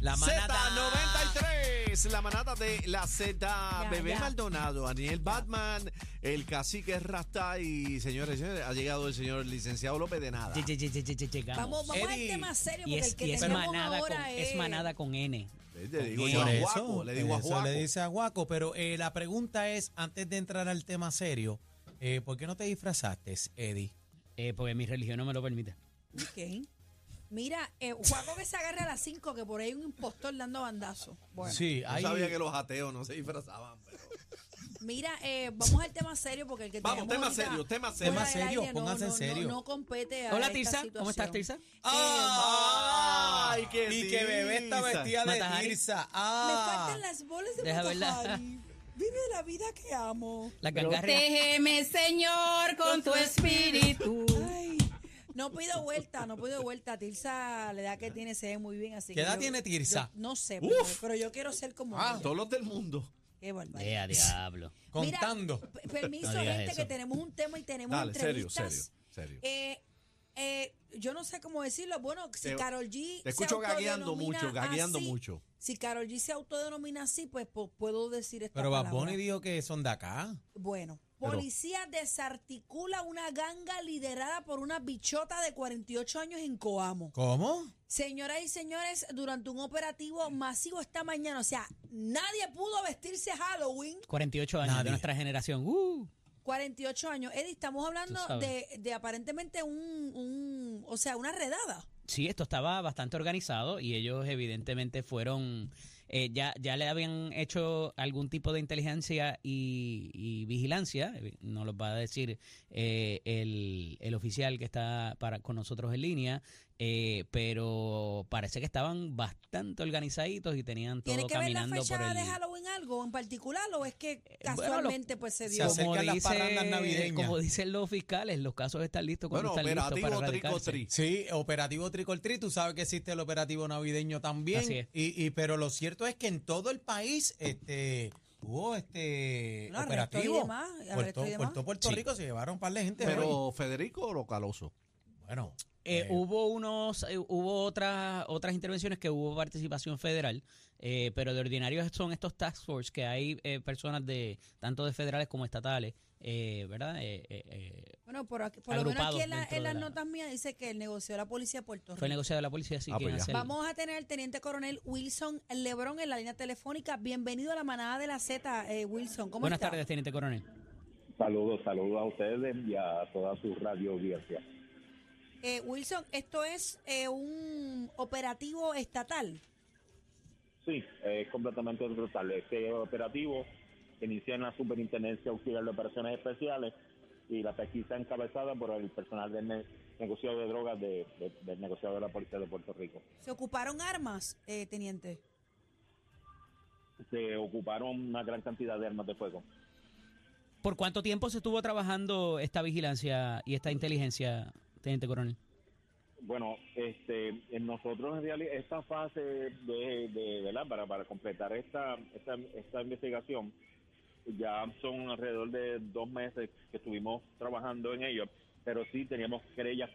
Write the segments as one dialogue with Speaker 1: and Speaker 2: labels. Speaker 1: La
Speaker 2: Z93, la manada de la Z,
Speaker 3: Ya,
Speaker 2: Bebé
Speaker 3: ya.
Speaker 2: Maldonado, Aniel Batman, el cacique Rasta y señores, señores, ha llegado el señor licenciado López de nada.
Speaker 1: Ye- ye- ye- ye- ye- llegamos.
Speaker 3: Vamos, vamos al
Speaker 2: Eddie.
Speaker 3: tema serio,
Speaker 1: Y
Speaker 3: porque
Speaker 1: es,
Speaker 3: el que
Speaker 1: y es
Speaker 3: tenemos
Speaker 1: manada con,
Speaker 3: ahora es...
Speaker 1: es manada con N.
Speaker 2: Le digo
Speaker 1: Por
Speaker 2: yo a
Speaker 1: eso,
Speaker 2: Guaco, le digo a
Speaker 4: eso
Speaker 2: Guaco.
Speaker 4: le dice a Guaco, pero eh, la pregunta es, antes de entrar al tema serio, eh, ¿por qué no te disfrazaste, Eddie?
Speaker 1: Eh, porque mi religión no me lo permite.
Speaker 3: Ok. Mira, eh, Juaco que se agarre a las 5, que por ahí hay un impostor dando bandazo. Bueno,
Speaker 4: Sí,
Speaker 2: Yo
Speaker 4: ahí-
Speaker 2: sabía que los ateos no se disfrazaban. pero-
Speaker 3: mira, eh, vamos al tema serio, porque el que
Speaker 2: Vamos,
Speaker 3: tenemos
Speaker 2: tema
Speaker 3: ahorita
Speaker 2: serio, tema
Speaker 3: fuera
Speaker 2: serio.
Speaker 3: del
Speaker 4: Tema serio,
Speaker 3: aire no-
Speaker 4: pónganse en
Speaker 3: no- no-
Speaker 4: serio.
Speaker 3: No, compete a
Speaker 1: Hola,
Speaker 3: esta
Speaker 1: Tirsa. ¿Cómo estás, Tirsa?
Speaker 3: situación. Eh,
Speaker 4: Ah.
Speaker 2: ¡Ay, qué
Speaker 4: Y que bebé está
Speaker 2: tiza!
Speaker 4: vestida de
Speaker 1: Matajari.
Speaker 4: Tirsa.
Speaker 3: Me
Speaker 4: Ah,
Speaker 3: faltan las bolas de
Speaker 1: Deja verla.
Speaker 3: Matajari. Vive la vida que amo.
Speaker 1: La gangarria.
Speaker 3: Protégeme, Señor, con tu espíritu. Ay, no pido vuelta, no pido vuelta. Tirsa, la edad que tiene se ve muy bien. Así
Speaker 4: ¿Qué
Speaker 3: que
Speaker 4: edad
Speaker 3: yo-
Speaker 4: tiene Tirsa?
Speaker 3: yo no sé,
Speaker 2: Uf.
Speaker 3: pero, pero yo quiero ser como
Speaker 2: Ah,
Speaker 3: ella.
Speaker 2: todos los del mundo.
Speaker 3: Qué barbaridad.
Speaker 1: Vea, Eh, diablo.
Speaker 3: Mira,
Speaker 4: contando.
Speaker 3: p- permiso,
Speaker 1: No digas
Speaker 3: gente,
Speaker 1: eso.
Speaker 3: que tenemos un tema y tenemos
Speaker 2: Dale, serio,
Speaker 3: entrevistas.
Speaker 2: serio, serio.
Speaker 3: Eh, eh, yo no sé cómo decirlo. Bueno, si
Speaker 2: Te-
Speaker 3: Carol G.
Speaker 2: te escucho gagueando
Speaker 3: autodenomina
Speaker 2: mucho, gagueando
Speaker 3: así,
Speaker 2: mucho.
Speaker 3: Si Carol G se autodenomina así, pues, po- puedo decir esta
Speaker 4: Pero Bad
Speaker 3: palabra.
Speaker 4: Bunny dijo que son de acá.
Speaker 3: Bueno,
Speaker 2: Pero-
Speaker 3: policía desarticula una ganga liderada por una bichota de 48 años en Coamo.
Speaker 4: ¿Cómo?
Speaker 3: Señoras y señores, durante un operativo masivo esta mañana, o sea, nadie pudo vestirse Halloween,
Speaker 1: 48 años de
Speaker 4: Nadie.
Speaker 1: nuestra generación. Uh,
Speaker 3: 48 años. Eddie, estamos hablando
Speaker 1: Tú sabes.
Speaker 3: de, de aparentemente un, un, o sea, una redada.
Speaker 1: sí, esto estaba bastante organizado y ellos evidentemente fueron... eh, ya, ya le habían hecho algún tipo de inteligencia y, y vigilancia, eh, nos lo va a decir eh, el, el oficial que está para, con nosotros en línea, eh, pero parece que estaban bastante organizaditos y tenían todo
Speaker 3: ¿Tiene que ver la
Speaker 1: caminando por
Speaker 3: fecha
Speaker 1: el...
Speaker 3: de Halloween algo en particular o es que
Speaker 1: bueno, lo-
Speaker 3: casualmente pues se dio?
Speaker 4: hace- acercan las parrandas navideñas.
Speaker 1: Como dicen los fiscales, los casos están listos cuando
Speaker 2: Bueno,
Speaker 1: están listos para
Speaker 2: operativo trico
Speaker 1: erradicarse.
Speaker 2: tri.
Speaker 4: Sí, operativo tricoltri, tú sabes que existe el operativo navideño también.
Speaker 1: Así es.
Speaker 4: Y, y- pero lo cierto es que en todo el país este hubo este
Speaker 3: Bueno, arresto y
Speaker 4: operativo.
Speaker 3: demás, arresto
Speaker 4: por,
Speaker 3: y
Speaker 4: todo,
Speaker 3: demás.
Speaker 4: por todo Puerto
Speaker 1: Sí.
Speaker 4: Rico se llevaron un par de gente. hoy.
Speaker 2: Pero Federico o Localoso.
Speaker 4: bueno,
Speaker 1: Eh,
Speaker 4: eh,
Speaker 1: hubo unos, eh, hubo otras, otras intervenciones que hubo participación federal, eh, pero de ordinario son estos task force que hay eh, personas de tanto de federales como estatales, eh, ¿verdad? Eh, eh, eh,
Speaker 3: Bueno, por, aquí- por lo menos
Speaker 1: Agrupados
Speaker 3: aquí en, la-
Speaker 1: dentro
Speaker 3: en
Speaker 1: de
Speaker 3: las
Speaker 1: la-
Speaker 3: notas mías dice que el negocio de la policía de Puerto
Speaker 1: fue
Speaker 3: Rico.
Speaker 1: negociado de la policía, así
Speaker 2: Ah,
Speaker 1: que
Speaker 2: pues ya.
Speaker 1: hacer-
Speaker 3: Vamos a tener al teniente coronel Wilson Lebrón en la línea telefónica. Bienvenido a la manada de la Z, eh, Wilson. ¿Cómo
Speaker 1: Buenas
Speaker 3: está?
Speaker 1: tardes, teniente coronel.
Speaker 5: Saludos, saludos a ustedes y a toda su radio audiencia.
Speaker 3: Eh, Wilson, esto es eh, un operativo estatal.
Speaker 5: Sí, es completamente total. Este operativo inicia en la Superintendencia Auxiliar de Operaciones Especiales y la pesquisa encabezada por el personal del ne- negociado de drogas de- de- del negociado de la Policía de Puerto Rico.
Speaker 3: ¿Se ocuparon armas, eh, teniente?
Speaker 5: Se ocuparon una gran cantidad de armas de fuego.
Speaker 1: ¿Por cuánto tiempo se estuvo trabajando esta vigilancia y esta inteligencia, teniente coronel?
Speaker 5: Bueno, este, en nosotros en realidad esta fase de, de- ¿verdad? Para, para completar esta, esta, esta investigación, ya son alrededor de dos meses que estuvimos trabajando en ello, pero sí teníamos querellas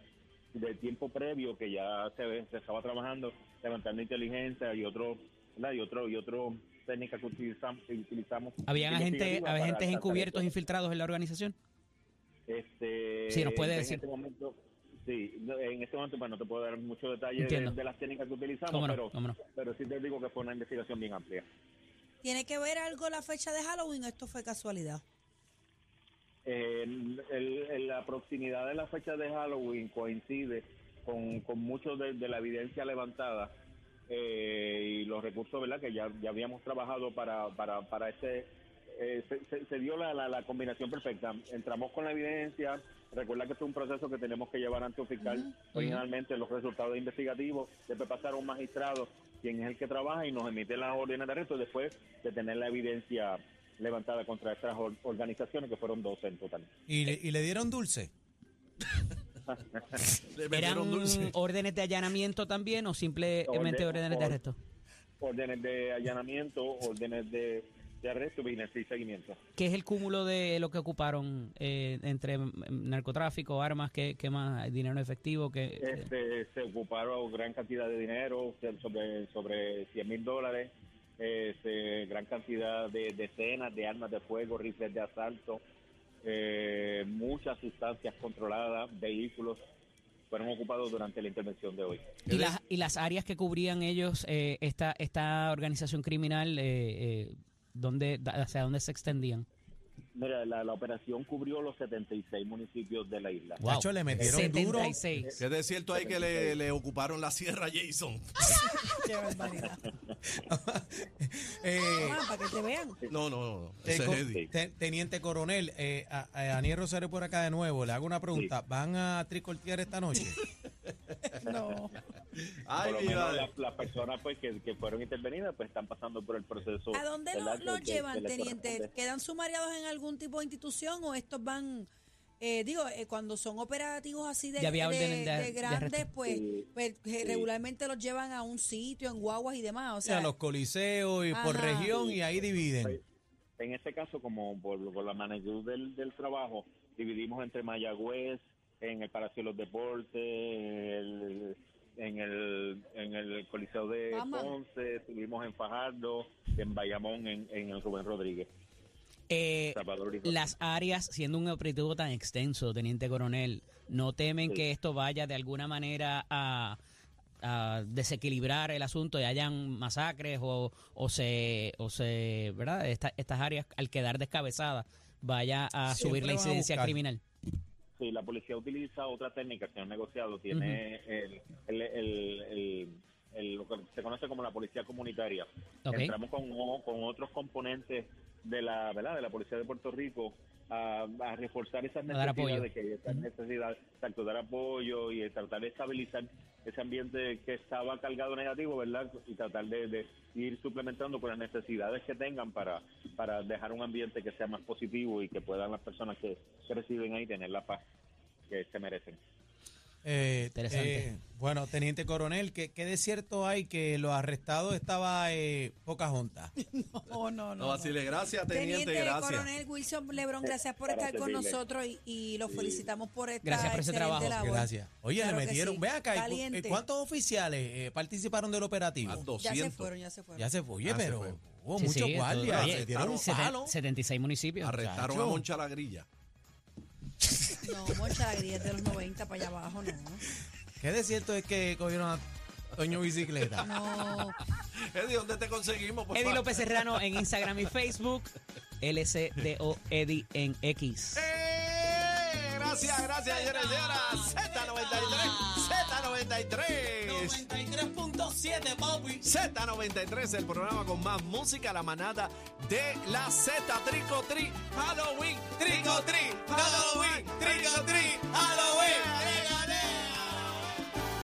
Speaker 5: de tiempo previo que ya se, se estaba trabajando, levantando inteligencia y otro, ¿verdad? y otro, y otro técnica que utilizam- que utilizamos.
Speaker 1: ¿Habían agentes,
Speaker 5: investigativa para
Speaker 1: agentes
Speaker 5: tratar
Speaker 1: encubiertos,
Speaker 5: esto.
Speaker 1: infiltrados en la organización?
Speaker 5: Este,
Speaker 1: Sí, nos puede
Speaker 5: en
Speaker 1: decir.
Speaker 5: este momento- sí, no, en este momento pues, no te puedo dar mucho detalle de,
Speaker 1: Entiendo.
Speaker 5: de las técnicas que utilizamos,
Speaker 1: ¿Cómo no?
Speaker 5: pero,
Speaker 1: ¿Cómo no?
Speaker 5: pero sí te digo que fue una investigación bien amplia.
Speaker 3: ¿Tiene que ver algo la fecha de Halloween o esto fue casualidad?
Speaker 5: Eh, en- el- en la proximidad de la fecha de Halloween coincide con, con mucho de, de la evidencia levantada eh, y los recursos ¿verdad? que ya, ya habíamos trabajado para, para, para este... eh, se, se- se dio la, la- la combinación perfecta. Entramos con la evidencia. Recuerda que es un proceso que tenemos que llevar ante un fiscal. Originalmente los resultados investigativos, después pasar a un magistrado, quien es el que trabaja y nos emite las órdenes de arresto después de tener la evidencia levantada contra estas or- organizaciones, que fueron 12 en total.
Speaker 4: y, le- y le dieron dulce.
Speaker 2: Le
Speaker 1: ¿Eran
Speaker 2: metieron dulce.
Speaker 1: órdenes de allanamiento también o simplemente
Speaker 5: Orden-
Speaker 1: órdenes de
Speaker 5: or-
Speaker 1: arresto?
Speaker 5: Órdenes de allanamiento, órdenes de, de arresto, vigilancia y seguimiento.
Speaker 1: ¿Qué es el cúmulo de lo que ocuparon eh, entre mm, narcotráfico, armas, qué, qué más, dinero efectivo? que
Speaker 5: Este, se ocuparon gran cantidad de dinero, se- sobre, sobre 100 mil dólares, este, gran cantidad de decenas de armas de fuego, rifles de asalto, eh, muchas sustancias controladas, vehículos fueron ocupados durante la intervención de hoy.
Speaker 1: ¿Y las, y las áreas que cubrían ellos, eh, esta, esta organización criminal, eh, eh, ¿dónde, da- hacia dónde se extendían?
Speaker 5: Mira, la, la operación cubrió los 76 municipios de la isla.
Speaker 1: Wow.
Speaker 4: Nacho, le metieron duro.
Speaker 1: 76.
Speaker 2: Que es cierto ahí que le, le ocuparon la sierra a Jason.
Speaker 3: Qué barbaridad.
Speaker 4: Eh,
Speaker 3: Ah, para que te vean.
Speaker 2: No, no, no. no. Ese
Speaker 4: te-
Speaker 2: es
Speaker 4: con-
Speaker 2: Eddie.
Speaker 4: te- Teniente coronel, eh, a, a Daniel Rosario por acá de nuevo, le hago una pregunta. ¿Van a tricortear esta noche?
Speaker 3: No.
Speaker 2: Ay,
Speaker 5: por lo
Speaker 2: mi
Speaker 5: menos
Speaker 2: madre.
Speaker 5: las las personas pues que, que fueron intervenidas pues están pasando por el proceso.
Speaker 3: ¿A dónde lo-
Speaker 5: ¿verdad?
Speaker 3: los,
Speaker 5: que- que- que
Speaker 3: llevan,
Speaker 5: les
Speaker 3: teniente?
Speaker 5: corresponde.
Speaker 3: ¿Quedan sumariados en algún tipo de institución o estos van, eh, digo, eh, cuando son operativos así de,
Speaker 1: Ya había
Speaker 3: de-
Speaker 1: órdenes de-
Speaker 3: de
Speaker 1: de
Speaker 3: grandes,
Speaker 1: arresto.
Speaker 3: pues,
Speaker 5: Sí,
Speaker 3: pues, eh,
Speaker 5: sí.
Speaker 3: regularmente los llevan a un sitio, en guaguas y demás? O sea,
Speaker 4: a los coliseos y por
Speaker 3: Ajá.
Speaker 4: región y ahí dividen.
Speaker 5: En este caso, como por, por la magnitud del, del trabajo, dividimos entre Mayagüez, en el Palacio de los Deportes, en el, en el, en el Coliseo de
Speaker 3: Vamos.
Speaker 5: Ponce, estuvimos en Fajardo, en Bayamón, en, en el Rubén Rodríguez.
Speaker 1: Eh,
Speaker 5: Salvador Rodríguez.
Speaker 1: las áreas, siendo un operativo tan extenso, teniente coronel, ¿no temen
Speaker 5: Sí.
Speaker 1: que esto vaya de alguna manera a, a desequilibrar el asunto y hayan masacres o, o se, o se, ¿verdad? Esta- estas áreas, al quedar descabezadas, vaya a
Speaker 4: Siempre
Speaker 1: subir la
Speaker 4: van a
Speaker 1: incidencia
Speaker 4: buscar.
Speaker 1: criminal?
Speaker 5: Sí, la policía utiliza otra técnica, señor negociado. Tiene el, el, el- el- el- lo que se conoce como la policía comunitaria.
Speaker 1: Ok.
Speaker 5: Entramos con, o- con otros componentes de la ¿verdad? de la policía de Puerto Rico a, a reforzar esas
Speaker 1: A dar apoyo.
Speaker 5: necesidades, que esas necesidades, exacto, dar apoyo y eh, tratar de estabilizar ese ambiente que estaba cargado negativo, ¿verdad? Y tratar de, de ir suplementando con las necesidades que tengan para, para dejar un ambiente que sea más positivo y que puedan las personas que, que reciben ahí tener la paz que se merecen.
Speaker 4: Eh,
Speaker 1: Interesante.
Speaker 4: eh, bueno, teniente coronel, ¿qué, qué de cierto hay que los arrestados estaba eh, poca junta?
Speaker 2: No,
Speaker 3: oh, no, no, no. no.
Speaker 2: vacile, gracias, teniente,
Speaker 3: Teniente
Speaker 2: gracias.
Speaker 3: Coronel Wilson Lebrón, gracias por
Speaker 5: Para
Speaker 3: estar con
Speaker 5: servirle.
Speaker 3: nosotros y, y los felicitamos por esta
Speaker 1: Gracias por ese
Speaker 3: excelente
Speaker 1: trabajo.
Speaker 3: labor.
Speaker 4: Gracias. Oye,
Speaker 3: Claro
Speaker 4: le
Speaker 3: que
Speaker 4: metieron.
Speaker 3: sí.
Speaker 4: Ve acá, ¿y cu- eh,
Speaker 3: Caliente.
Speaker 4: ¿cuántos oficiales eh, participaron del operativo?
Speaker 2: Más
Speaker 3: Ya se
Speaker 2: 200.
Speaker 3: fueron, ya se fueron.
Speaker 4: Ya se fue, oye,
Speaker 2: Ah, se
Speaker 4: pero
Speaker 2: fue.
Speaker 4: hubo
Speaker 1: Sí,
Speaker 4: Oh, muchos
Speaker 1: sí,
Speaker 4: guardias.
Speaker 1: todo-
Speaker 4: se
Speaker 1: oye,
Speaker 4: dieron un
Speaker 1: seten-
Speaker 4: palo.
Speaker 1: 76 municipios.
Speaker 2: Arrestaron a
Speaker 4: Chacho.
Speaker 2: Moncha la grilla.
Speaker 3: No, mucha alegría de los 90 para allá abajo, no.
Speaker 4: ¿Qué de cierto es que cogieron a Toño Bicicleta?
Speaker 3: No.
Speaker 2: Eddie, ¿dónde te conseguimos? Pues, por
Speaker 1: Eddie
Speaker 2: favor?
Speaker 1: López Serrano en Instagram y Facebook, LCDO Eddie en X.
Speaker 2: ¡Eh! Gracias, gracias, señores y señoras. Z93, Z93.
Speaker 4: 93.7, papi.
Speaker 2: Z93, el programa con más música, la manada de la Z Trico Tri Halloween. ¡Eh,